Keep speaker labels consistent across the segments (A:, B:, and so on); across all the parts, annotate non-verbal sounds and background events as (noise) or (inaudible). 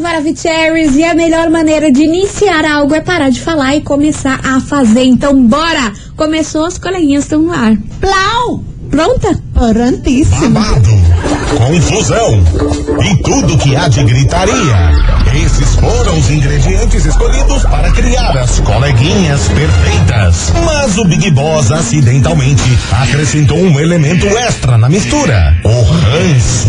A: Maravicheries e a melhor maneira de iniciar algo é parar de falar e começar a fazer. Então, bora! Começou, as coleguinhas estão no ar.
B: Plau!
A: Pronta?
B: Orantíssimo.
C: Babado, confusão e tudo que há de gritaria. Esses foram os ingredientes escolhidos para criar as coleguinhas perfeitas. Mas o Big Boss acidentalmente acrescentou um elemento extra na mistura: o ranço.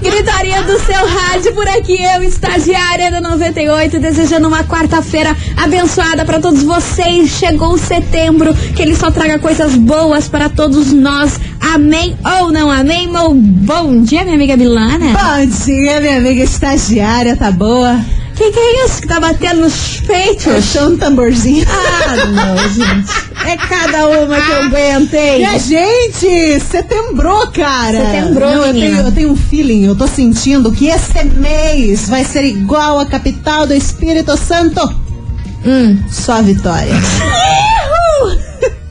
A: Gritaria do seu rádio por aqui, eu, estagiária da 98, desejando uma quarta-feira abençoada para todos vocês. Chegou setembro, que ele só traga coisas boas para todos nós. Amém ou não amém? Ou bom dia, minha amiga Milana.
B: Bom dia, minha amiga estagiária, tá boa?
A: Que que é isso que tá batendo nos peitos?
B: Fechou um tamborzinho.
A: Ah, não, gente. É cada uma que eu aguentei.
B: E a Ah, gente, setembrou, cara.
A: Setembrou,
B: Não, eu,
A: menina.
B: tenho, eu tenho um feeling, eu tô sentindo que esse mês vai ser igual a capital do Espírito Santo.
A: Hum.
B: Só vitória. (laughs)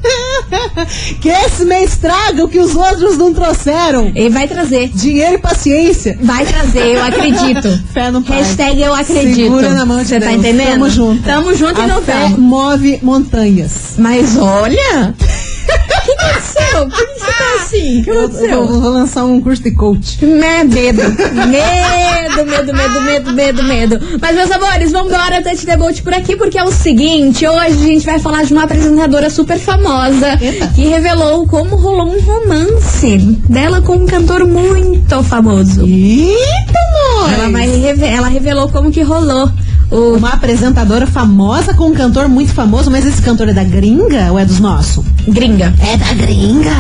B: que esse mês traga o que os outros não trouxeram.
A: Ele vai trazer.
B: Dinheiro e paciência.
A: Vai trazer, eu acredito.
B: Fé no pai.
A: Hashtag eu acredito.
B: Segura na mão de
A: Você
B: Deus.
A: tá entendendo?
B: Tamo junto.
A: Tamo junto
B: a
A: e não
B: fé
A: tamo.
B: move montanhas.
A: Mas olha! (laughs) O que aconteceu? Por que você tá assim? O que
B: Eu, eu
A: aconteceu?
B: vou, vou lançar um curso de coach.
A: Né, medo. Medo, medo, medo, medo, medo, medo. Mas, meus amores, vambora, Tante Debolt por aqui, porque é o seguinte: hoje a gente vai falar de uma apresentadora super famosa
B: Eita.
A: que revelou como rolou um romance dela com um cantor muito famoso.
B: Eita, nós!
A: Ela, vai reve- ela revelou como que rolou o
B: Uma apresentadora famosa com um cantor muito famoso, mas esse cantor é da gringa ou é dos nossos?
A: Gringa.
B: É da gringa.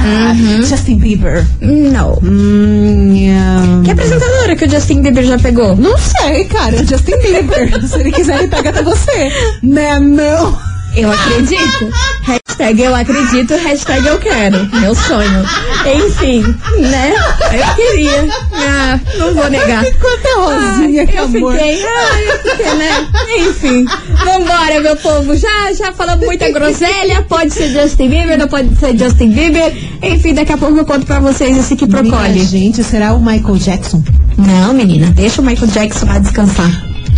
B: Justin Bieber.
A: Não.
B: Hum,
A: Que
B: é.
A: apresentadora que o Justin Bieber já pegou?
B: Não sei, cara. é Justin Bieber. (laughs) Se ele quiser, ele pega até você. Né, não?
A: Eu acredito. Hashtag eu acredito, hashtag eu quero. Meu sonho. Enfim, né? Eu queria. Ah, não vou negar.
B: Quanta rosinha,
A: Ai,
B: que
A: eu
B: amor.
A: fiquei, ai, eu fiquei, né? Enfim, vambora, meu povo. Já, já falamos muita groselha. Pode ser Justin Bieber, não pode ser Justin Bieber. Enfim, daqui a pouco eu conto pra vocês esse que
B: Minha
A: procole.
B: gente, será o Michael Jackson?
A: Não, menina, deixa o Michael Jackson lá descansar.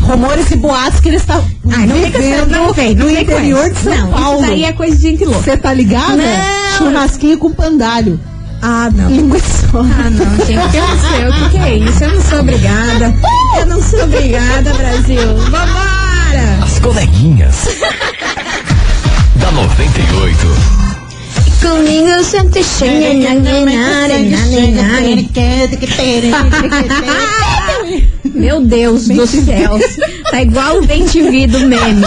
B: Rumores e boatos que ele está
A: Ai, Ah, não fica
B: vivendo
A: sendo, não vem, não
B: no
A: vem com
B: interior
A: essa.
B: de São
A: não,
B: Paulo.
A: Isso daí é coisa de gente louca.
B: Você tá ligada?
A: Não.
B: Churrasquinho com pandalho.
A: Ah, não.
B: Linguiçona.
A: Ah, não, gente, eu não sei o que, que é isso. Eu não sou obrigada. Eu não sou obrigada, Brasil. Vambora!
D: As coleguinhas. (laughs) da 98.
A: Comigo sempre (laughs) Meu Deus do céu. Tá igual o Bentivido meme.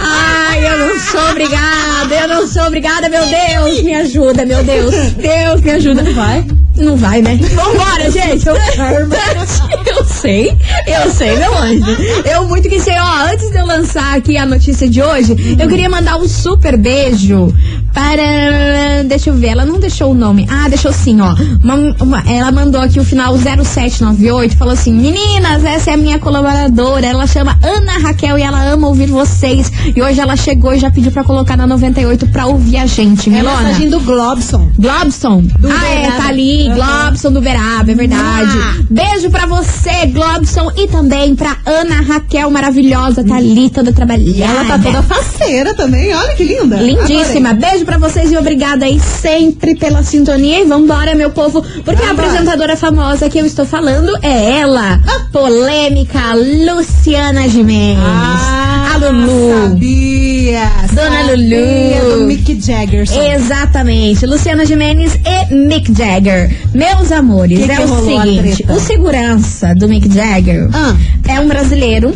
A: Ai, eu não sou obrigada, eu não sou obrigada, meu Deus, me ajuda, meu Deus. Deus, me ajuda. Não vai? Não vai, né? Vambora, gente. Eu sei, eu sei, meu anjo. Eu muito que sei, ó, antes de eu lançar aqui a notícia de hoje, eu queria mandar um super beijo para. Deixa eu ver, ela não deixou o nome. Ah, deixou sim, ó. Uma- uma- ela mandou aqui o final 0798, falou assim: Meninas, essa é a minha colaboradora. Ela chama Ana Raquel e ela ama ouvir vocês. E hoje ela chegou e já pediu pra colocar na 98 pra ouvir a gente,
B: É a
A: Milona.
B: mensagem do Globson.
A: Globson.
B: Do
A: ah, é,
B: Uberaba.
A: tá ali.
B: Uhum.
A: Globson do Veraba, é verdade.
B: Ah.
A: Beijo pra você, Globson. E também pra Ana Raquel, maravilhosa. Tá ali, toda trabalhada.
B: E ela tá toda faceira também. Olha que linda.
A: né? Lindíssima. Beijo pra vocês e obrigada aí sempre pela sintonia. E vambora, meu povo, porque a
B: Vambora.
A: apresentadora famosa que eu estou falando é ela, a polêmica Luciana Gimenez.
B: Ah,
A: a Lulu.
B: Sabia.
A: Dona
B: sabia
A: Lulu.
B: Do Mick Jagger.
A: Exatamente, Luciana Jimenez e Mick Jagger. Meus amores,
B: Que que
A: é o
B: rolou a
A: seguinte:
B: treta?
A: o segurança do Mick Jagger
B: Ah.
A: é um brasileiro,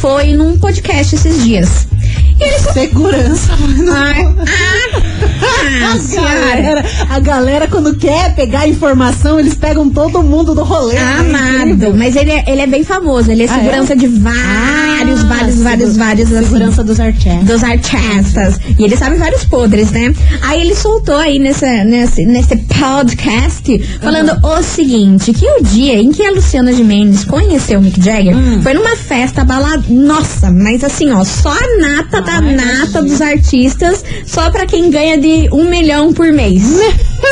A: foi num podcast esses dias. Eles...
B: Segurança, mano.
A: Ai,
B: (laughs)
A: ah,
B: A
A: senhora.
B: galera, a galera, quando quer pegar informação, eles pegam todo mundo do rolê. né?
A: Amado,
B: Incrível.
A: Ah, mas ele é, ele é bem famoso, ele é
B: Ah, é?
A: segurança de vários,
B: Ah,
A: vários,
B: segu-
A: vários, vários, assim,
B: Segurança dos artistas.
A: dos artistas. E ele sabe vários podres, né? Aí ele soltou aí nessa, nesse, nesse podcast falando o seguinte: que o dia em que a Luciana de Mendes conheceu o Mick Jagger
B: Hum.
A: foi numa festa balada. Nossa, mas assim, ó, só a nata da nata dos artistas, só pra quem ganha de um milhão
B: (laughs)
A: por mês.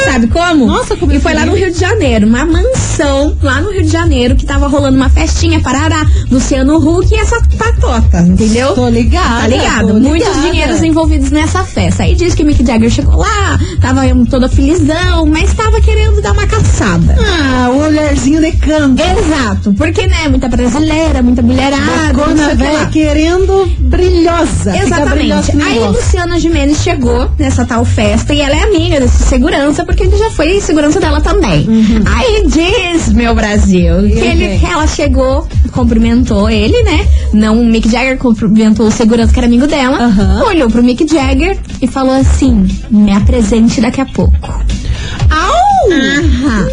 A: sabe como?
B: Nossa, como
A: E
B: eu
A: foi lá
B: queria.
A: no Rio de Janeiro, uma mansão lá no Rio de Janeiro que tava rolando uma festinha, parará, Luciano Huck e essa patota, entendeu?
B: Tô ligada.
A: Tá ligado?
B: tô
A: Muitos
B: ligada.
A: dinheiros envolvidos nessa festa. Aí diz que Mick Jagger chegou lá, tava hum, todo felizão, mas tava querendo dar uma caçada.
B: Ah, o olharzinho de canto.
A: Exato, porque né, muita brasileira, muita mulherada, não sei
B: Bocona
A: o que
B: velha
A: lá.
B: querendo brilhosa. Fica brilhosa
A: Exatamente.
B: no
A: Aí a
B: negócio.
A: Luciana Gimenez chegou nessa tal festa e ela é amiga desse segurança, porque ele já foi segurança dela também. Aí diz, meu Brasil, que, ele,
B: bem.
A: que ela chegou, cumprimentou ele, né? Não, o Mick Jagger cumprimentou o segurança que era amigo dela,
B: Aham.
A: olhou pro Mick Jagger e falou assim: me apresente daqui a pouco.
B: Au!
A: Aham.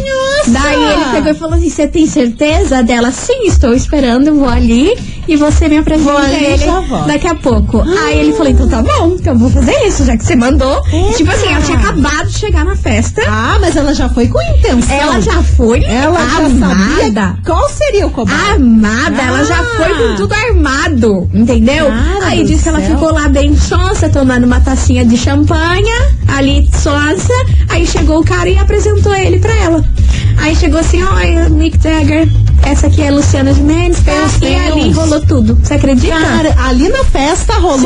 A: Daí ele pegou e falou assim: Você tem certeza dela? Sim, estou esperando, vou ali e você me apresenta
B: Vou ali e
A: ele
B: já volto."
A: daqui a pouco. Aí ele falou: Então tá bom, então eu vou fazer isso, já que você mandou.
B: Eita.
A: Tipo assim, ela tinha acabado de chegar na festa,
B: Ah, mas ela já foi com intenção.
A: ela já foi
B: Ela já
A: amada.
B: sabia qual seria o combate.
A: Amada, ela já
B: Ah.
A: foi com tudo armado, entendeu?
B: Cara
A: Aí
B: do
A: disse que ela
B: céu.
A: ficou lá bem sonsa, tomando uma tacinha de champanha, ali sonsa. Aí chegou o cara e apresentou ele pra ela. Aí chegou assim, olha, Mick Jagger, essa aqui é a Luciana Gimenez, tá?
B: Meu
A: e ali
B: Deus.
A: rolou tudo. Você acredita?
B: Cara, ali na festa rolou.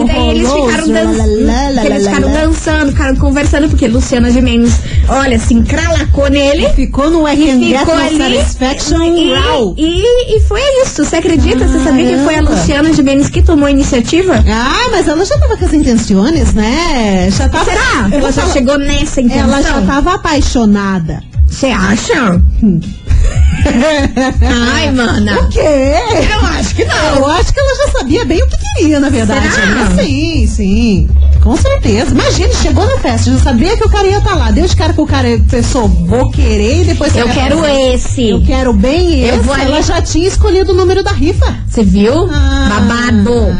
A: Sim, que daí eles
B: rolou
A: ficaram,
B: os
A: dan-
B: lalalala,
A: que eles ficaram dançando, ficaram conversando, porque Luciana Gimenez, olha, se encralacou nele.
B: Ficou no R&B
A: Ficou ali.
B: Satisfaction
A: E,
B: Row.
A: e, e foi isso. Você acredita? Você sabia que foi a
B: Caramba.
A: Luciana de Benes que tomou a iniciativa?
B: Ah, mas ela já tava com as intenções, né? Já então. tava...
A: Será?
B: Eu
A: Ela
B: vou
A: já
B: falar-
A: chegou nessa intenção?
B: Ela já tava apaixonada. (laughs)
A: Você acha? Ai,
B: O
A: mana.
B: quê?
A: Eu acho que
B: Eu acho que ela já sabia bem o que queria, na verdade. né?
A: Será?
B: Sim, sim. Com certeza. Imagina, chegou na festa, já sabia que o cara ia estar lá. Deu de cara com o cara pensou, vou querer e depois você
A: Eu
B: vai
A: quero
B: fazer.
A: esse.
B: Eu quero bem
A: Eu
B: esse.
A: vou ali.
B: ela já tinha escolhido o número da rifa.
A: Você viu?
B: Ah.
A: Babado.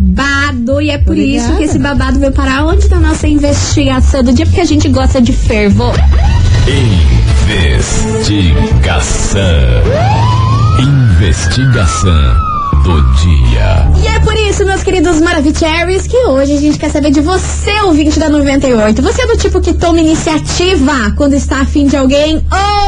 A: Babado. E é por
B: Obrigada.
A: isso que esse babado veio parar onde na nossa investigação do dia, porque a gente gosta de fervor.
D: Investigação. Investigação do dia.
A: E é por isso, meus queridos Maravicheries, que hoje a gente quer saber de você, ouvinte da 98. Você é do tipo que toma iniciativa quando está afim de alguém?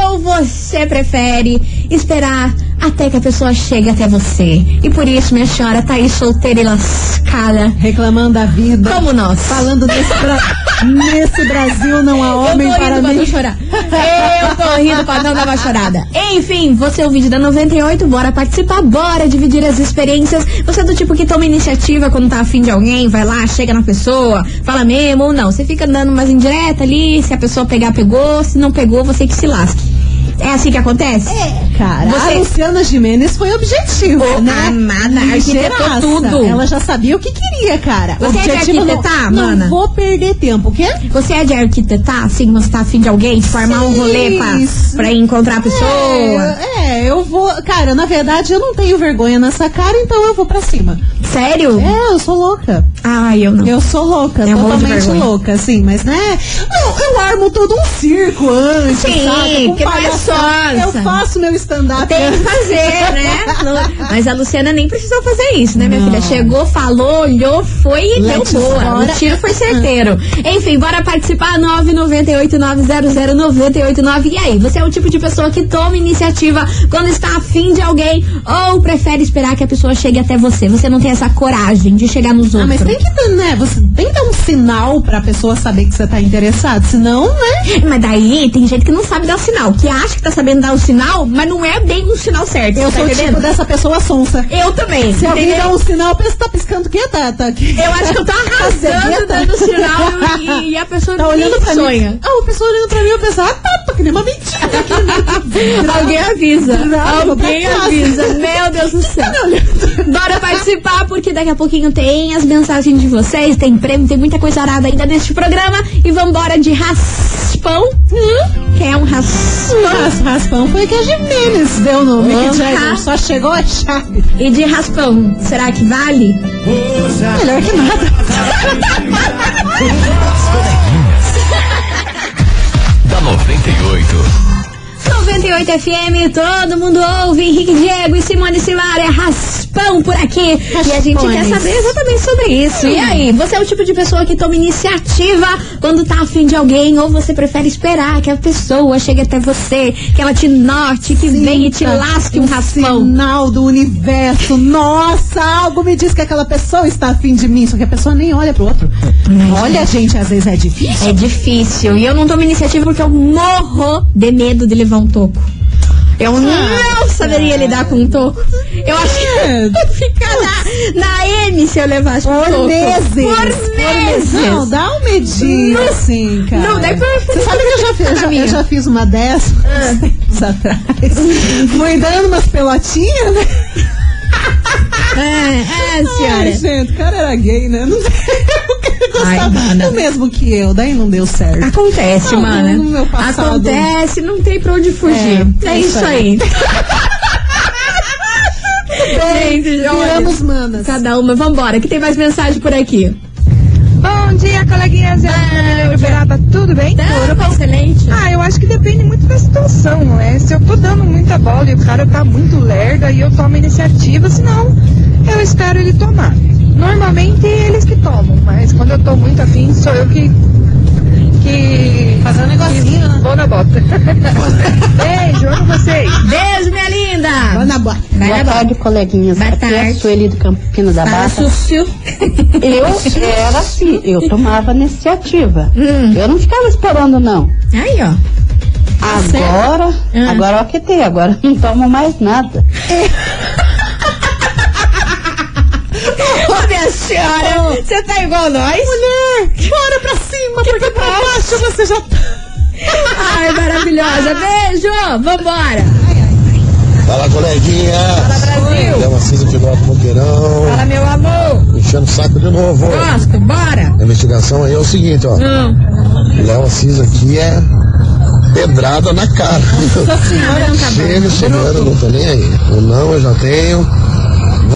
A: Ou você prefere esperar até que a pessoa chegue até você? E por isso, minha senhora, tá aí solteira e lascada.
B: Reclamando da vida.
A: Como nós.
B: Falando desse Bra- nesse Brasil não há homem
A: eu tô
B: para
A: rindo pra
B: mim.
A: não chorar. Eu tô rindo pra não dar uma chorada. Enfim, você é o vídeo da 98, bora participar, bora dividir as experiências. Você é do tipo que toma iniciativa quando tá afim de alguém, vai lá, chega na pessoa, fala mesmo ou não. Você fica dando umas indiretas ali, se a pessoa pegar, pegou, se não pegou, você que se lasque. É assim que acontece?
B: Cara,
A: Você-
B: a Luciana Jimenez foi objetiva,
A: Ô,
B: né?
A: amada,
B: Ligeiraça.
A: arquitetou tudo.
B: Ela já sabia o que queria, cara.
A: Você é de
B: Objetivo não-
A: arquitetar,
B: não,
A: mana?
B: vou perder tempo, o quê?
A: Você é de arquitetar, assim, quando você tá afim de alguém, tipo, armar um rolê pra,
B: Isso.
A: pra encontrar a pessoa?
B: É, é, eu vou. Cara, na verdade eu não tenho vergonha nessa cara, então eu vou pra cima.
A: Sério?
B: É, eu sou louca.
A: Ai, eu não.
B: Eu sou louca,
A: Eu morro de
B: totalmente
A: vergonha.
B: louca, sim, mas né? Não, eu armo todo um circo antes,
A: Sim,
B: sabe?
A: porque não é
B: palhaçada.
A: só,
B: Eu
A: sabe?
B: faço meu stand-up.
A: Tem que
B: antes.
A: (laughs) fazer, né? Não- Mas a Luciana nem precisou fazer isso, né, minha
B: Não.
A: filha? Chegou, falou, olhou, foi e deu
B: Let's
A: boa.
B: bora.
A: O tiro foi certeiro. Enfim, bora participar. 998-900-989. E aí, você é o tipo de pessoa que toma iniciativa quando está afim de alguém ou prefere esperar que a pessoa chegue até você? Você não tem essa coragem de chegar nos outros.
B: Ah, mas tem que dar, né? Você tem que dar um sinal pra pessoa saber que você tá interessado. Senão, né?
A: Mas daí tem gente que não sabe dar o sinal, que acha que tá sabendo dar o sinal, mas não é bem um sinal certo.
B: Eu
A: tá
B: sou o
A: entendendo?
B: tipo dessa pessoa sonsa.
A: Eu também.
B: Se alguém
A: entendeu?
B: dá um sinal, eu penso, tá piscando o quê, Tata?
A: Eu
B: (laughs)
A: acho que eu tô
B: Tá
A: arrasando,
B: Caceta. (laughs)
A: dando sinal e, e a pessoa
B: é Tá
A: nem
B: olhando pra
A: sonha.
B: mim. Ah, a pessoa olhando pra mim, eu penso, ah, tá, tá, que nem uma mentira. Que
A: Alguém avisa.
B: Bravo,
A: Alguém
B: pra
A: avisa. Meu Deus do céu. Bora participar, porque daqui a pouquinho tem as mensagens de vocês, tem prêmio, tem muita coisa arada ainda neste programa. E vambora de raspão. Quem é um raspão?
B: Mas raspão foi que a Jimenez deu no Mick Jagger. Só chegou a chave.
A: E de raspão, será que vale?
B: Melhor que nada.
D: da 98.
A: 98 FM, todo mundo ouve. Henrique Diego e Simone Silar é raspão por aqui. E a gente quer
B: Raspões.
A: saber exatamente sobre isso. E aí, você é o tipo de pessoa que toma iniciativa quando tá afim de alguém? Ou você prefere esperar que a pessoa chegue até você, que ela te norte, que venha e te lasque um raspão?
B: Sinal do universo. Nossa, algo me diz que aquela pessoa está afim de mim. Só que a pessoa nem olha pro outro.
A: Né?
B: Olha, gente, às vezes é difícil.
A: É difícil. E eu não tomo iniciativa porque eu morro de medo de levar um toco. Eu não saberia lidar com um toco. Eu acho que eu ia ficar na, na M se eu levasse um
B: Por
A: toco.
B: meses.
A: Por meses.
B: Não, dá um medinho,
A: Não.
B: assim, cara.
A: Não, daí pra- Ah.
B: Você sabe que eu já fiz, eu já, eu já fiz uma dessa uns tempos atrás. Fui dando umas pelotinhas, né?
A: (laughs) É, é,
B: Ai,
A: senhora.
B: gente, o cara era gay, né? Não sei. (laughs) O cara gostava
A: Ai, mana.
B: do mesmo que eu, daí não deu certo.
A: Acontece,
B: Não,
A: mana.
B: no meu passado.
A: Acontece, não tem pra onde fugir. É,
B: É, é
A: isso
B: isso
A: (laughs) aí. Gente, olha,
B: Viramos manas.
A: cada uma. Vambora, que tem mais mensagem por aqui.
E: Bom dia, coleguinhas. Eu sou de Uberaba, tudo bem?
A: Tá, excelente.
E: Ah, eu acho que depende muito da situação, né? Se eu tô dando muita bola e o cara tá muito lerda e eu tomo iniciativa, senão eu espero ele tomar. Normalmente eles que tomam, mas quando eu tô muito afim, sou eu que. que.
B: Fazer um negocinho, né?
E: vou na bota. (laughs) Beijo, amo vocês.
A: Beijo, minha linda.
B: Na boa.
A: Vai
F: Boa
A: lá,
F: tarde, coleguinhas.
A: Boa
F: Aqui é
A: tarde.
F: a Sueli do Campino da
A: Fala,
F: Barra.
A: Sucio.
F: Eu era assim, eu tomava iniciativa.
A: Hum.
F: Eu não ficava esperando, não.
A: Aí, ó.
F: Agora,
A: Ah.
F: agora eu aquetei, agora não tomo mais nada.
A: Ô, minha senhora, você tá igual nós?
B: Mulher, bora pra cima, porque pra baixo você já tá.
A: Ai, maravilhosa. Beijo. Vambora.
G: Fala, coleguinha!
A: Brasil.
G: Léo Assis aqui é do Alto Boqueirão,
A: Fala, meu amor.
G: enchendo o saco de novo.
A: Gosto. Bora.
G: A investigação aí é o seguinte, ó.
A: Hum.
G: Léo Assis aqui é pedrada na cara.
A: é um
G: Chega chegando, não tô nem aí. O não eu já tenho.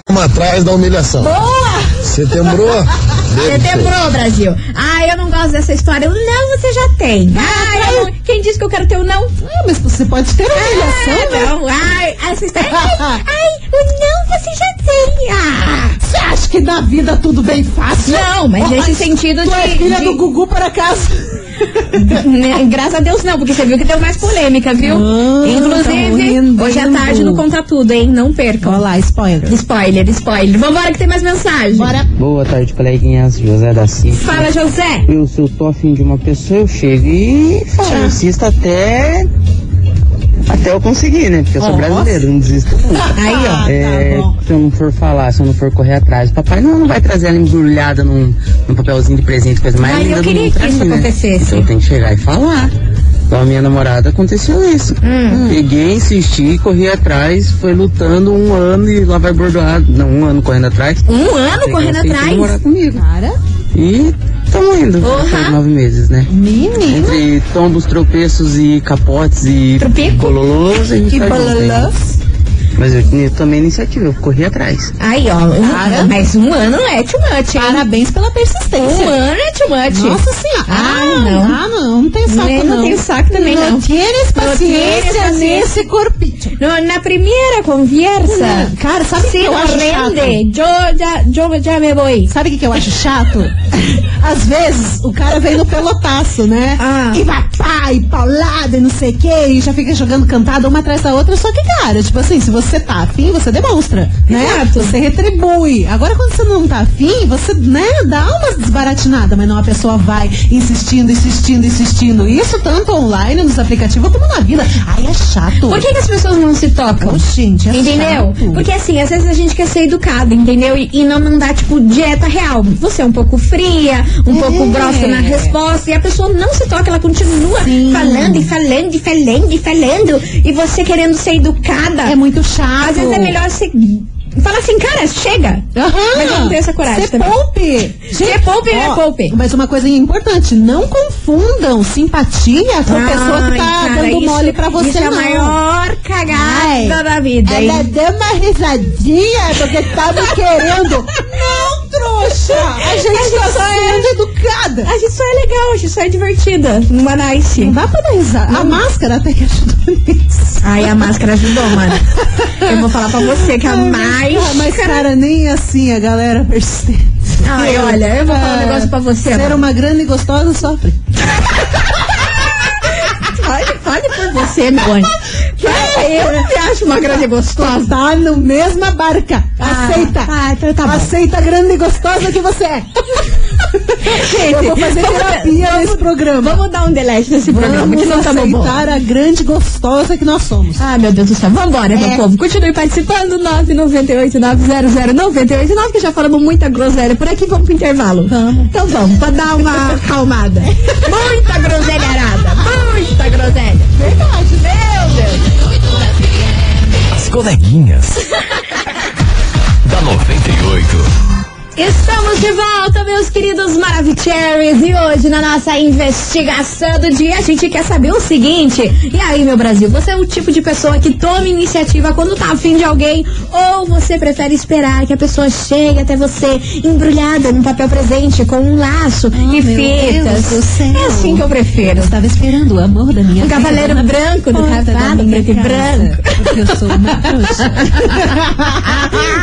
G: Vamos atrás da humilhação.
A: Boa.
G: Setembrou?
H: É
A: Setembrou, Brasil. Ai, eu não gosto dessa história. O não você já tem. Ai, eu não... quem disse que eu quero ter o não?
B: Ah, mas você pode ter
A: É,
B: humilhação,
A: Ai,
B: né?
A: não. Ai, essa história. Ai, ai, o não você já tem. Ah.
B: Você acha que na vida tudo bem fácil?
A: Não, mas
B: Olha,
A: nesse sentido
B: tu é
A: de-
B: filha
A: de-
B: do Gugu por acaso.
A: Né, Graças a Deus não, porque você viu que deu mais polêmica, viu?
B: Ah, tá
A: Inclusive,
B: morrendo,
A: hoje à
B: lindo.
A: tarde no Conta Tudo, hein? Não percam.
B: Olha lá, spoiler.
A: Spoiler, spoiler. Vambora que tem mais mensagem.
B: Bora.
I: Boa tarde, coleguinhas. José da Silva.
A: Fala, José.
I: Eu, se eu tô afim de uma pessoa, eu chego e falo, insisto até. Até eu conseguir, né? Porque eu sou
B: Nossa.
I: brasileiro, não desisto nunca.
A: Aí, ó.
B: Ah, tá
I: É,
B: bom.
I: se eu não for falar, se eu não for correr atrás, papai não, não vai trazer ela embrulhada num, num papelzinho de presente, coisa mais
A: Ai,
I: linda
A: eu
I: do
A: queria
I: mundo
A: que
I: pra
A: isso
I: mim, né?
A: acontecesse.
I: Então tem que chegar e falar. Com a minha namorada aconteceu isso.
A: Hum.
I: Peguei, insisti, corri atrás, foi lutando um ano e lá vai bordoado. Não, um ano correndo atrás.
A: Um ano
I: Peguei
A: correndo
I: ela sem
A: atrás.
I: namorar comigo.
B: Cara,
I: E tamo indo.
A: Porra.
I: Depois de nove meses, né?
B: menino.
I: Entre tombos, tropeços e capotes e
A: Tropico.
I: bololôs, a gente
B: Que
I: tá junto ainda.
B: balanço.
I: Mas eu, eu tomei iniciativa, eu corri atrás.
A: Aí, ó. um-
B: Cara.
A: Mas um ano é too much, hein?
B: Parabéns pela
A: Um
B: persistência.
A: ano é too much.
B: Nossa senhora.
A: Ah, não.
B: Ah, não. Não tem saco,
A: Nem-
B: não.
A: não tem saco também, não.
B: Não tienes paciência
A: tienes
B: nesse corpinho.
A: No- na primeira conversa,
B: Cara, sabe o que
A: se
B: eu
A: não
B: acho chato?
A: rende, eu já, yo já me voy.
B: Sabe o que, que eu acho chato? (laughs) Às vezes o cara vem no pelotaço, né?
A: Ah.
B: E vai pá, e paulada, e não sei o quê, e já fica jogando cantada uma atrás da outra. Só que, cara, tipo assim, se você tá afim, você demonstra, né?
A: Exato.
B: Você retribui. Agora, quando você não tá afim, você, né, dá uma desbaratinada, mas não, a pessoa vai insistindo, insistindo, insistindo. Isso tanto online, nos aplicativos, como na vida. Ai, é chato.
A: Por que, que as pessoas não se tocam?
B: Ô, gente, é
A: Entendeu?
B: chato.
A: Porque assim, às vezes a gente quer ser educada, entendeu? E, e não mandar, tipo, dieta real. Você é um pouco fria, fria, um
B: É.
A: pouco grossa na resposta, e a pessoa não se toca, ela continua
B: Sim.
A: falando e falando e falando e falando, e você querendo ser educada.
B: É muito chato.
A: Às vezes é melhor você falar assim, cara, chega!
B: Aham.
A: Mas eu não tenho essa coragem
B: Cê
A: também.
B: poupe.
A: Cê poupe, né,
B: ó,
A: poupe?
B: Mas uma coisa importante, não confundam simpatia com a pessoa que tá
A: Ai, cara,
B: dando
A: isso-
B: mole pra você,
A: Isso é a
B: não.
A: maior cagada
B: Ai,
A: da vida, hein?
B: Ela é deu uma risadinha porque tá me querendo. Não, trouxa! A gente tá
A: é
B: sendo educada.
A: A gente só é legal, a gente só é divertida. Numa nice.
B: Não dá pra dar risada. A máscara até que ajudou nisso. né?
A: Ai, a máscara ajudou, mano. Eu vou falar pra você que a mais.
B: Ah, Mas, cara, nem assim a galera percebe.
A: Ai, olha, eu vou falar um
B: Ah,
A: negócio pra você.
B: Ser
A: mano.
B: uma grande e gostosa sofre.
A: Olha, olha por você, meu anjo.
B: é
A: Eu te acho uma grande gostosa.
B: Tá no mesma barca.
A: Ah,
B: Aceita.
A: ah, então tá bom.
B: Aceita a grande e gostosa que você
A: (laughs)
B: é.
A: Gente,
B: Eu vou fazer
A: vamos-
B: terapia nesse programa.
A: Vamos dar um delete nesse programa, que não tá bom.
B: aceitar a grande e gostosa que nós somos.
A: Ah, meu Deus do céu. Vambora,
B: É.
A: meu povo. Continue participando. 998-900-989, que já falamos muita groselha por aqui. Vamos pro intervalo. Vamos. Então vamos, pra dar uma
B: (laughs)
A: acalmada. muita groselharada. Muita groselha. Verdade. Meu Deus.
D: As coleguinhas. da 98.
A: Estamos de volta, meus queridos Maravicheries. E hoje, na nossa investigação do dia, a gente quer saber o seguinte. E aí, meu Brasil, você é o tipo de pessoa que toma iniciativa quando tá afim de alguém? Ou você prefere esperar que a pessoa chegue até você embrulhada num papel presente com um laço e
B: Ah, meu
A: fitas?
B: Deus do céu.
A: É assim que eu prefiro.
B: estava esperando o amor da minha
A: Um cavaleiro branco do cavalo, preto e branco.
B: Porque eu sou uma trouxa.
A: (laughs)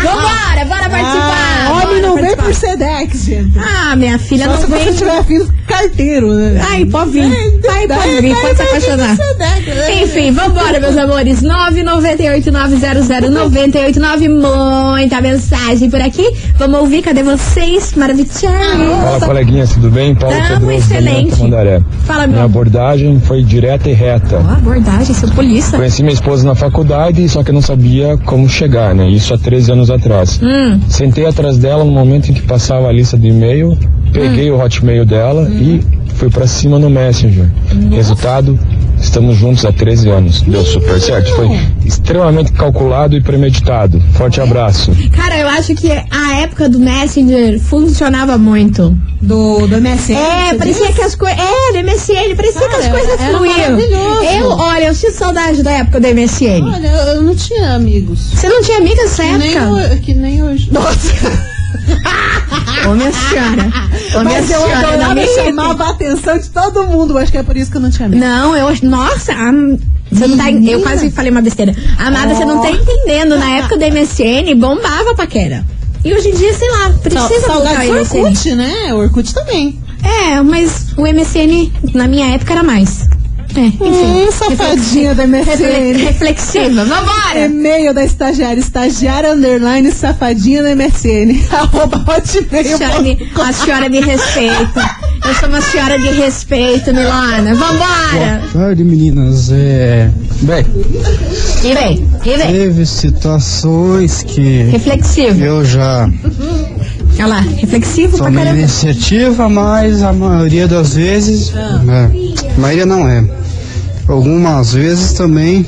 A: Vambora, bora participar!
B: Ah, homem
A: bora
B: não vem
A: participar.
B: por Sedex, gente.
A: Ah, minha filha,
B: Só
A: não
B: se
A: vem. né?
B: você tiver filho carteiro, né?
A: Ai, pode vir. Ai, pode vir, pode se apaixonar. Enfim, vambora, meus amores. 998-900-989. Muita mensagem por aqui. Vamos ouvir, cadê vocês?
B: Ah,
A: Maravilhoso.
H: Fala, coleguinhas, tudo bem? Paulo
A: Tamo
H: Pedroso, da Minha
A: excelente.
H: Tamandaré.
A: Fala, meu
H: Minha
A: amor.
H: abordagem foi direta e reta.
A: Ó, abordagem, seu polícia.
H: Conheci minha esposa na faculdade, só que eu não sabia como chegar, né? Isso há 13 anos atrás.
A: Hum.
H: Sentei atrás dela no momento em que passava a lista do e-mail,
A: Hum.
H: peguei o hotmail dela e fui pra cima no Messenger. Resultado, estamos juntos há 13 anos. Deu super certo. Foi extremamente calculado e premeditado. Forte abraço.
A: Cara, eu acho que a época do Messenger funcionava muito.
B: Do, do MSN.
A: É,
B: você
A: parecia
B: diz?
A: que as coisas. É, do MSN, parecia
B: Cara,
A: que as coisas
B: era
A: fluíam.
B: maravilhoso.
A: Eu, olha, eu sinto saudade da época do MSN.
B: Olha, eu não tinha amigos.
A: Você não tinha amiga nessa
B: Que nem,
A: época?
B: ho- que nem hoje. Nossa, (laughs)
A: Ô, minha senhora. Ô, minha
B: mas eu
A: senhora, não
B: adorava
A: me irrita.
B: chamava a atenção de todo mundo. Acho que é por isso que eu não tinha amigos.
A: Não, eu acho. Nossa, a- você não tá, en- eu quase falei uma besteira. Amada, você não tá entendendo. Na época do MSN, bombava a paquera. E hoje em dia, sei lá,
B: Sa-
A: precisa voltar
B: Saudades
A: o
B: do
A: MSN.
B: Orkut, né? Orkut também.
A: É, mas o MSN, na minha época, era mais. É, enfim.
B: Hum, safadinha da
A: Refle-
B: MSN.
A: reflexiva, vambora!
B: E-mail da estagiária, estagiária underline safadinha da MSN. (laughs) Arroba hotmail.
A: Senhora me- a senhora me respeita. Eu sou uma senhora de respeito, Milana. Vambora!
H: Tarde, meninas. É. Bem,
A: E vem, e vem.
H: teve situações que
A: Reflexivo.
H: eu já
A: Olha lá, reflexivo pra
H: Tomei
A: caramba.
H: iniciativa, mas a maioria das vezes.
A: Ah.
H: É, a maioria não é. Algumas vezes também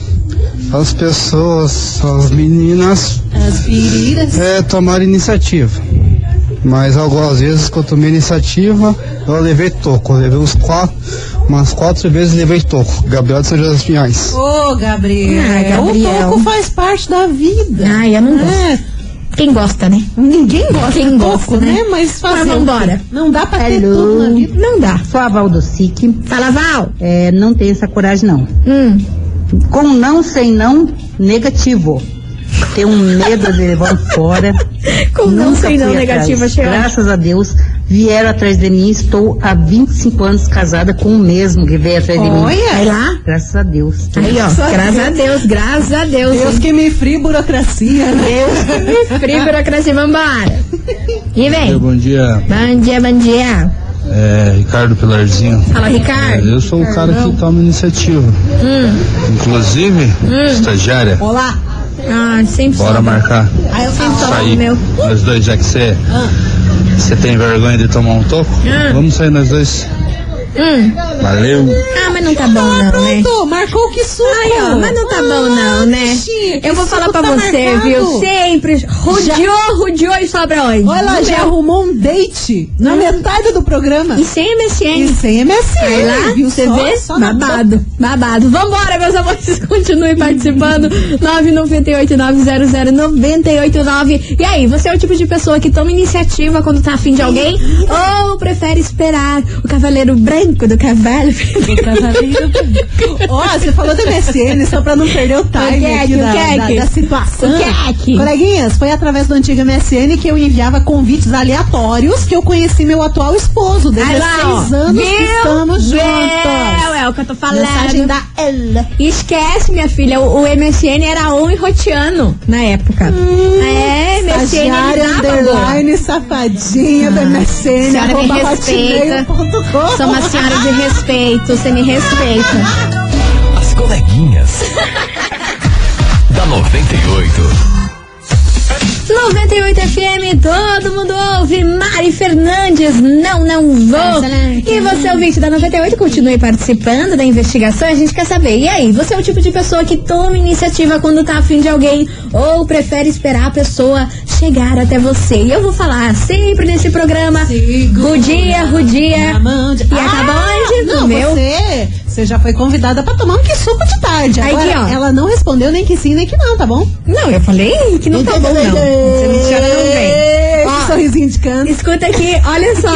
H: as pessoas, as meninas,
B: As viriras.
H: é, tomaram iniciativa. Mas algumas vezes que eu tomei iniciativa, eu levei toco. Eu levei uns quatro, umas quatro vezes levei toco. Gabriel de São José dos Pinhais.
B: Ô, Gabriel.
A: Ah, Gabriel. Ah,
B: O toco faz parte da vida.
A: Ai, eu não gosto.
B: É,
A: Quem gosta, né?
B: ninguém gosta
A: Quem
B: de
A: gosta,
B: toco, né?
A: né?
B: Mas fazer.
A: Mas vambora.
B: o quê? Não dá pra ter
F: Hello.
B: tudo na vida.
A: Não dá.
F: Sou a Valdocic,
A: Fala, Val.
F: é, não tenho essa coragem não.
A: Hum.
F: Com não sem não, negativo. Tenho um medo de levar (laughs) fora.
A: Como não
F: Nunca
A: sei não
F: fui
A: negativa,
F: atrás.
A: achei ótimo.
F: Graças a Deus, vieram atrás de mim. Estou há 25 anos casada com o mesmo que veio atrás de mim.
A: Vai lá.
F: Graças a Deus.
A: Aí, ó. Graças a Deus, graças a Deus.
B: Deus
A: hein?
B: que me frie burocracia, né?
A: Deus que (laughs) frio, burocracia, vambora. E vem.
H: Bom dia,
A: Bom dia, bom dia.
J: É,
H: Ricardo Pilarzinho.
A: Fala, Ricardo.
H: Eu sou o cara que toma iniciativa. Inclusive, estagiária,
B: Olá.
A: Ah, sempre
H: marcar.
A: Ah, eu sempre tomo
H: Sair.
A: o meu.
H: Nós dois, já que você
J: Você tem vergonha de tomar um toco?
A: Ah.
J: Vamos sair nós dois.
A: Hum.
J: Valeu.
A: Ah, mas não tá bom não, né?
B: Pronto, marcou que suco.
A: Aí, ó, mas não tá bom não, né?
B: Chique,
A: Eu vou
B: esse
A: falar
B: suco
A: pra
B: tá
A: você,
B: marcado.
A: viu? Sempre. Rodeou, rodeou e sobra onde?
B: Olha lá,
A: No
B: já
A: meu.
B: arrumou um date na
A: Hum?
B: metade do programa.
A: E sem
B: E
A: MSN.
B: sem MSN.
A: Vai lá,
B: é viu
A: você
B: só?
A: vê?
B: Só na
A: babado, babado. Vambora, meus amores, (laughs) continuem participando. 998-900-989. E aí, você é o tipo de pessoa que toma iniciativa quando tá afim de alguém? Ou prefere esperar o cavaleiro branco do cavalo?
B: Ó, você falou do MSN só pra não perder o time
A: (laughs) O
B: aqui
A: que é que,
B: da,
A: o que é
B: da-
A: que?
B: da situação.
A: (laughs) O que é que?
B: Coleguinhas, foi através do antigo MSN que eu enviava convites aleatórios que eu conheci meu atual esposo. 16 anos que estamos
A: Viu?
B: juntos.
A: É o que eu tô falando.
B: Mensagem da Ella.
A: Esquece, minha filha, o, o MSN era um rotiano na época. é, MSN
B: Hum, Estagiária
A: ele dava boa.
B: underline safadinha do MSN.
A: senhora me
B: arroba
A: respeita.
B: hotmail.com.
A: Sou uma senhora de respeito, você me respeita.
D: As coleguinhas. da 98.
A: 98 FM, todo mundo ouve. Mari Fernandes, não, não vou. E você, ouvinte da 98, continue participando da investigação. A gente quer saber. E aí, você é o tipo de pessoa que toma iniciativa quando tá afim de alguém ou prefere esperar a pessoa chegar até você? E eu vou falar sempre nesse programa.
B: Segura
A: Rudia, Rudia.
B: Na mão de-
A: E acabou onde?
B: Ah, Não,
A: No meu.
B: você, você já foi convidada pra tomar um que suco de tarde.
A: Aí,
B: Agora,
A: aqui, ó.
B: ela não respondeu nem que sim, nem que não, tá bom?
A: Não, eu falei que não tá bom, não. Você me chama, não vem.
B: Esse
A: Ó,
B: sorrisinho de canto.
A: Escuta aqui, olha só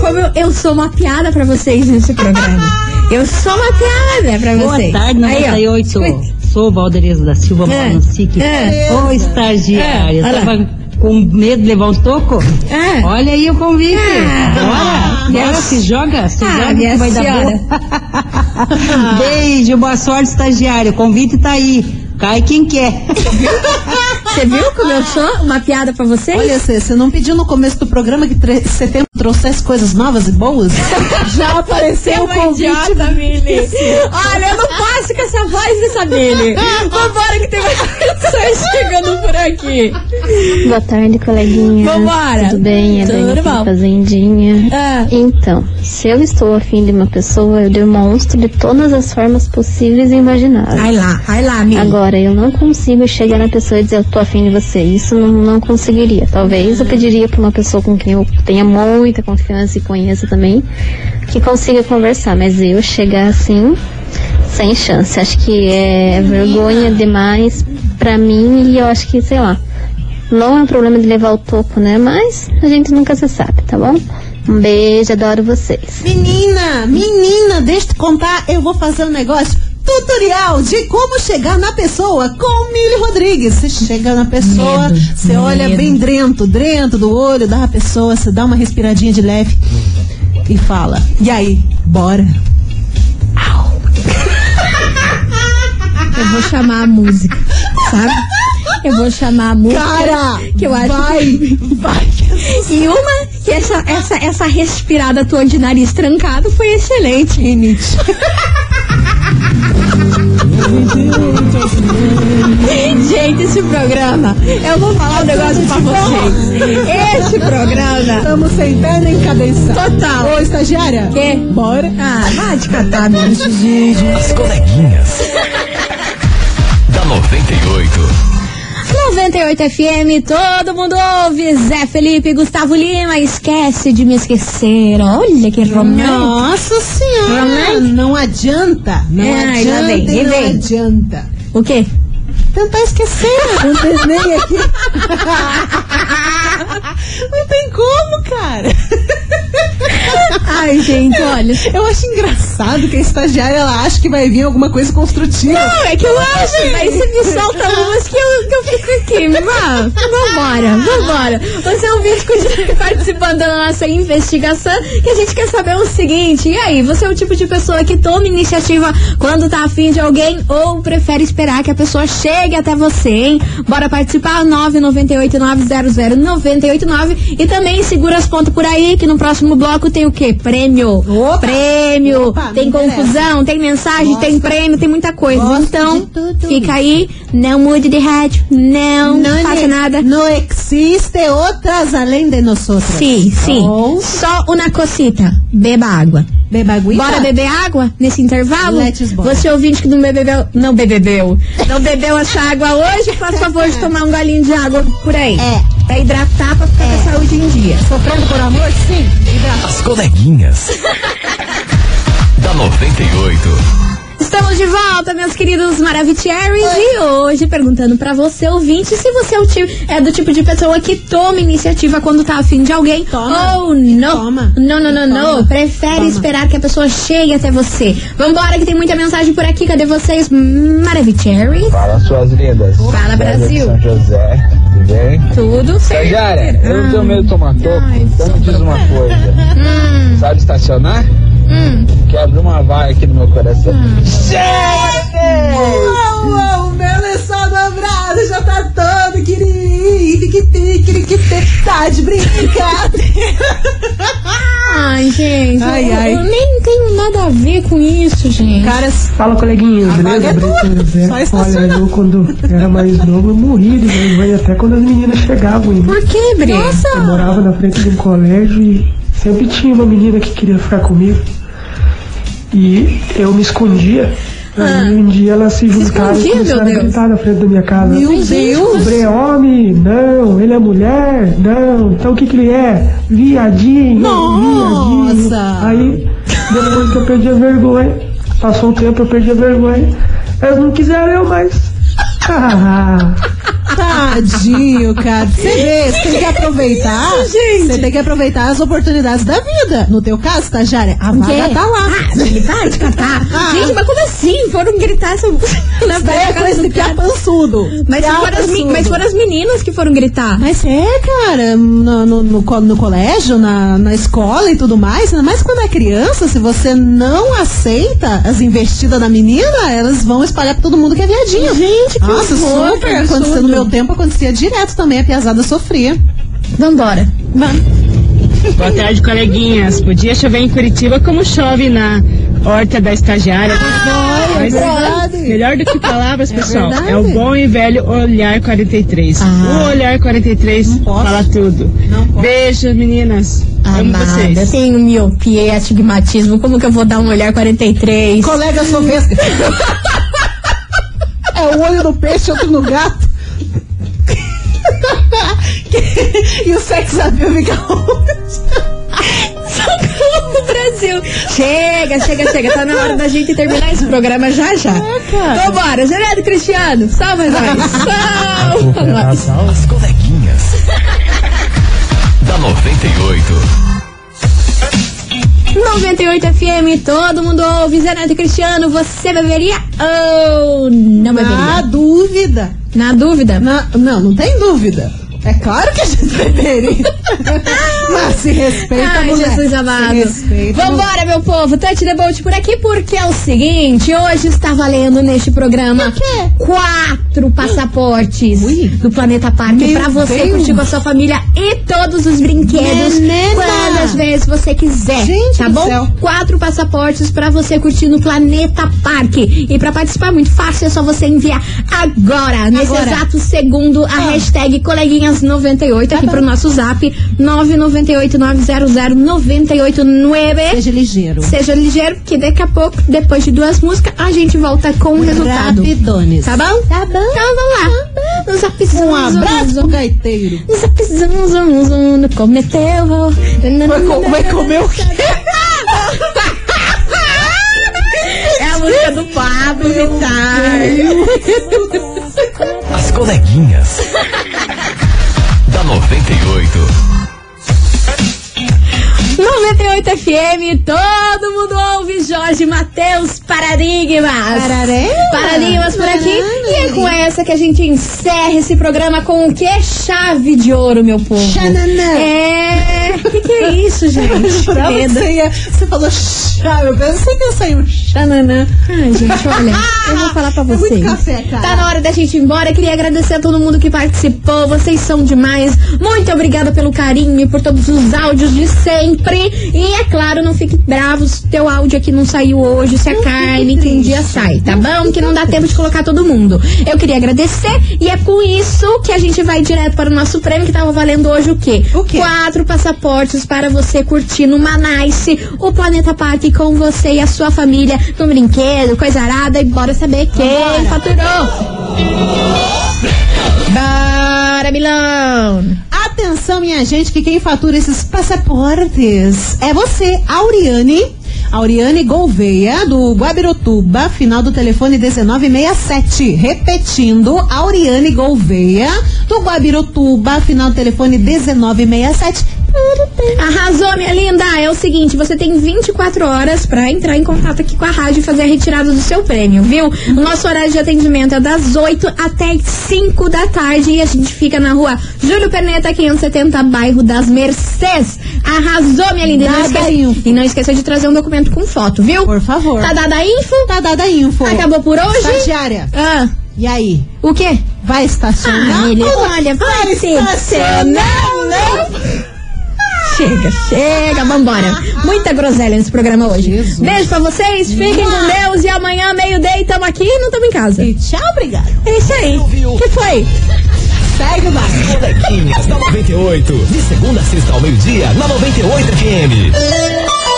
A: como eu, eu sou uma piada pra vocês nesse programa. Eu sou uma piada pra vocês.
K: Boa tarde,
A: Aí, ó.
K: 98. Sou Valdereza da Silva,
A: É,
K: moro no SIC.
A: é.
K: Ô,
A: É,
K: estagiária,
A: olha lá.
K: tava com medo de levar um toco?
A: É.
K: Olha aí o convite.
A: Ah.
K: Bora. E ela se joga, se
A: Ah,
K: joga
A: minha
K: que vai
A: senhora. Ah.
K: dar boa. Beijo, boa sorte, estagiária. O convite tá aí. Cai quem quer.
A: Você viu como eu sou uma piada pra vocês?
B: Olha, você você não pediu no começo do programa que tre- setembro trouxesse coisas novas e
A: (laughs)
B: boas? Já apareceu o
A: Você é uma
B: convite.
A: idiota, Mili. (laughs) Olha, eu não posso com essa voz dessa Mili. Vambora que tem mais pessoas chegando por aqui.
L: Boa tarde, coleguinha.
A: Vambora.
L: Tudo bem? É
A: Tudo
L: Dani aqui,
A: bom.
L: Fazendinha.
A: Ah,
L: Então, se eu estou afim de uma pessoa, eu demonstro de todas as formas possíveis e imagináveis.
A: vai lá, vai lá, Mili.
L: Agora, eu não consigo chegar na pessoa e dizer eu tô afim de você. Isso não, não conseguiria. Talvez eu pediria pra uma pessoa com quem eu tenha muita confiança e conheça também, que consiga conversar. Mas eu chegar assim, sem chance. Acho que é vergonha demais pra mim e eu acho que, sei lá, não é um problema de levar o topo, né? Mas a gente nunca se sabe, tá bom? Um beijo, adoro vocês.
B: Menina, menina, deixa eu te contar, eu vou fazer um negócio. Tutorial de como chegar na pessoa com Milho Rodrigues. Você chega na pessoa, você olha bem drento, drento do olho da pessoa, você dá uma respiradinha de leve e fala: E aí, bora?
A: Eu vou chamar a música, sabe? Eu vou chamar a música.
B: Cara,
A: que eu acho
B: vai,
A: que-
B: vai.
A: E uma, que essa, essa, essa respirada tua de nariz trancado foi excelente. Gente, esse programa, eu vou
B: Tá
A: falar um negócio pra vocês. Esse programa,
B: Estamos sem pé nem cabeça.
A: total.
B: Ô, estagiária.
A: Que?
B: Bora.
A: Ah, vai te
B: Tá,
A: catar, bicho.
D: As coleguinhas. da 98.
A: 98 FM, todo mundo ouve. Zé Felipe, Gustavo Lima, esquece de me esquecer. Olha que romântico.
B: Nossa senhora.
A: Romântico.
B: Não adianta. Não
A: Ai, lá
B: adianta.
A: vem,
B: e
A: e
B: não
A: vem.
B: adianta.
A: O quê?
B: Tentar esquecer. Não tem nem aqui. (laughs) Não tem como, cara.
A: Ai, gente, olha.
B: Eu acho engraçado que a estagiária ela acha que vai vir alguma coisa construtiva.
A: Não, é que eu acho, mas você me solta umas que eu, que eu fico aqui. Vá, Vambora, vambora. Você é um vídeo continue (laughs) participando da nossa investigação que a gente quer saber o seguinte. E aí, você é o tipo de pessoa que toma iniciativa quando tá afim de alguém ou prefere esperar que a pessoa chegue até você, hein? Bora participar? 998 900 998900989 e também segura as pontas por aí que no próximo bloco tem o quê? Prêmio. prêmio. tem confusão, tem mensagem, tem prêmio, tem muita coisa. então, fica aí, não mude de rádio, não, faça nada.
B: Não existe outras além de nós outras.
A: Sim, sim. Só uma cosita. Beba água.
B: Beba tá. aguinha.
A: Bora beber água nesse intervalo?
B: Let's bora.
A: Você ouvinte que não bebeu, não bebeu, não bebeu essa água hoje, (laughs) faz favor de tomar um galinho de água por aí. É. Pra hidratar, pra ficar com a saúde em dia.
B: Sofrendo por amor? Sim.
D: As coleguinhas. da 98.
A: Estamos de volta, meus queridos Maravicheries. E hoje, perguntando pra você, ouvinte, se você é, o ti- é do tipo de pessoa que toma iniciativa quando tá afim de alguém.
B: Toma.
A: Ou não.
B: Toma.
A: Não, não, não, não.
B: Toma.
A: Prefere esperar que a pessoa chegue até você. Vambora, que tem muita mensagem por aqui. Cadê vocês, Maravicheries?
M: Fala, suas lindas.
A: Fala,
M: Débora de
A: Brasil.
M: São José, tudo bem?
A: Tudo
M: Estagiária, eu não tenho medo de tomar toco, então me diz uma coisa. Sabe estacionar? Que abriu uma vaga aqui no meu coração.
B: Uau, um o meu lençol dobrado já tá todo quiriquiti, tá de brincadeira.
A: Ai, gente.
B: Ai,
A: eu,
B: ai.
A: eu nem tenho nada a ver com isso, gente.
B: Cara,
N: Fala, coleguinhas, beleza?
B: é
N: Brasil, José. Olha, eu quando era mais novo, eu morria de vergonha até quando as meninas chegavam. em mim.
A: Por que, Bri?
N: Eu morava na frente de um colégio e sempre tinha uma menina que queria ficar comigo. E eu me escondia. Aí um dia elas se juntaram e
A: Ah. escondia,
N: começaram
A: meu
N: a
A: Deus?
N: gritar na frente da minha casa.
A: Meu Deus!
N: Bre é homem? Não. Ele é mulher? Não. Então o que que ele é? Viadinho. Nossa! Aí, depois que eu perdi a vergonha, passou um tempo, eu perdi a vergonha. Elas não quiseram eu mais. Ah.
B: Tadinho, cara. Você
A: (laughs)
B: vê, você tem que aproveitar. Você tem que aproveitar as oportunidades da vida. No teu caso, estagiária, a vaga
A: quê?
B: tá lá.
A: Ah, ele vai te catar.
B: Ah.
A: Gente, mas como assim? Foram gritar essa... na
B: Estreia
A: frente da
B: tá com
A: cara
B: esse
A: do cara.
B: piapançudo.
A: Mas foram, as, men-
B: Piapançudo.
A: mas foram as meninas que foram gritar.
B: Mas é, cara, no, no, no, co- no colégio, na, na escola e tudo mais, ainda mais quando é criança, se você não aceita as investidas da menina, elas vão espalhar pra todo mundo que é viadinho. Gente,
A: que
B: Nossa,
A: horror,
B: super.
A: absurdo.
B: Aconteceu no meu tempo, acontecia direto também, a piazada sofria.
A: Vambora.
B: Vamos.
O: Boa tarde, coleguinhas. Podia chover em Curitiba como chove na horta da estagiária.
A: Ah, é
O: Mas
B: verdade.
O: melhor do que palavras,
B: (laughs) É
O: pessoal,
B: verdade. Ah.
O: é o bom e velho olhar 43. O olhar 43 fala tudo. Beijo, meninas. Amo vocês.
A: Amada, tenho miopia e astigmatismo. Como que eu vou dar um olhar 43? (laughs)
B: Colega, eu sou vesga. (laughs) É o olho no peixe, outro no gato. (laughs) e o sex appeal fica
A: Socorro do Brasil. Chega, chega, chega. Tá na hora da gente terminar esse programa já já. Vambora, Gerardo Cristiano, salva (laughs) nós. Salva nós.
D: As coleguinhas. da 98.
A: 98 FM, todo mundo ouve. Gerardo Cristiano, você beberia ou não beberia?
B: Na Ah, dúvida.
A: Na dúvida?
B: Na- não, não tem dúvida. É claro que a gente (laughs) beberia. Mas se respeita,
A: Ai,
B: mulher.
A: Jesus
B: Se
A: amado.
B: respeita,
A: Vambora, meu povo. Touch the boat por aqui, porque é o seguinte: hoje está valendo neste programa quatro passaportes do Planeta Parque
B: Meu
A: pra você
B: Deus.
A: curtir com a sua família e todos os brinquedos.
B: Menina.
A: Quantas vezes você quiser.
B: Gente
A: tá
B: do
A: bom?
B: céu.
A: Quatro passaportes pra você curtir no Planeta Parque. E pra participar, muito fácil, é só você enviar agora, nesse
B: Agora.
A: exato segundo, a hashtag coleguinhas98 aqui pro nosso zap 998900989.
B: Seja ligeiro.
A: Seja ligeiro, que daqui a pouco, depois de duas músicas, a gente volta com o resultado.
B: Rapidones.
A: Tá bom? Tá bom. Então vamos lá. No zapzão,
B: Um
A: zum,
B: abraço
A: zum.
B: pro gaiteiro.
A: No zapzão, zum, zum, no cometeu. Vai,
B: vai comer o quê?
A: É a música do Pablo Vittar.
D: As coleguinhas. da 98.
A: 98 FM, todo mundo ouve Jorge Matheus Paradigmas.
B: Pararé?
A: Paradigmas por aqui. E é
B: Pararé.
A: com essa que a gente encerra esse programa com o que? Chave de ouro, meu povo.
B: Xananã.
A: É, O que, que é isso,
B: (laughs)
A: gente?
B: Eu jurava que
A: Credo.
B: você, ia, você falou chá, eu pensei que ia sair um xananã.
A: Ai, gente, olha, eu vou
B: (laughs)
A: falar pra vocês.
B: Ah, é muito café, cara.
A: Tá na hora da gente ir embora. Eu queria agradecer a todo mundo que participou. Vocês são demais. Muito obrigada pelo carinho e por todos os áudios de sempre. E é claro, não fique bravos. Teu áudio aqui não saiu hoje. Se a carne, que um dia sai, tá bom? Que não dá tempo de colocar todo mundo. Eu queria agradecer. E é com isso que a gente vai direto para o nosso prêmio que tava valendo hoje o quê? O quê? Quatro passaportes para você curtir no Manice, o Planeta Parque com você e a sua família no brinquedo, coisa arada. E bora saber quem faturou. Bora, Milão!
B: Atenção, minha gente, que quem fatura esses passaportes é você, Auriane. Auriane Gouveia, do Guabirotuba, final do telefone 1967. Repetindo, Auriane Gouveia, do Guabirotuba, final do telefone 1967.
A: Arrasou, minha linda! É o seguinte, você tem 24 horas pra entrar em contato aqui com a rádio e fazer a retirada do seu prêmio, viu? O nosso horário de atendimento é das 8 até 5 da tarde e a gente fica na rua Júlio Perneta, 570, bairro das Mercês. Arrasou, minha linda! E não,
B: Dada
A: esqueça, e não esqueça de trazer um documento com foto, viu? Por favor. Tá dada a info?
B: Tá dada a info.
A: Acabou por hoje?
B: Estagiária.
A: Ah.
B: E aí?
A: O quê?
B: Vai estacionar?
A: Ah, ele-
B: Ou
A: olha, vai estacionar,
B: não?
A: Chega, chega, vambora. Muita groselha nesse programa hoje. Beijo pra vocês, fiquem com Deus e amanhã, meio-dia, tamo aqui e não tamo em casa. E
B: tchau, obrigado.
A: É isso aí. O que foi?
B: Segue o barco.
D: Coleguinhas da 98. De segunda a sexta ao meio-dia, na 98 FM.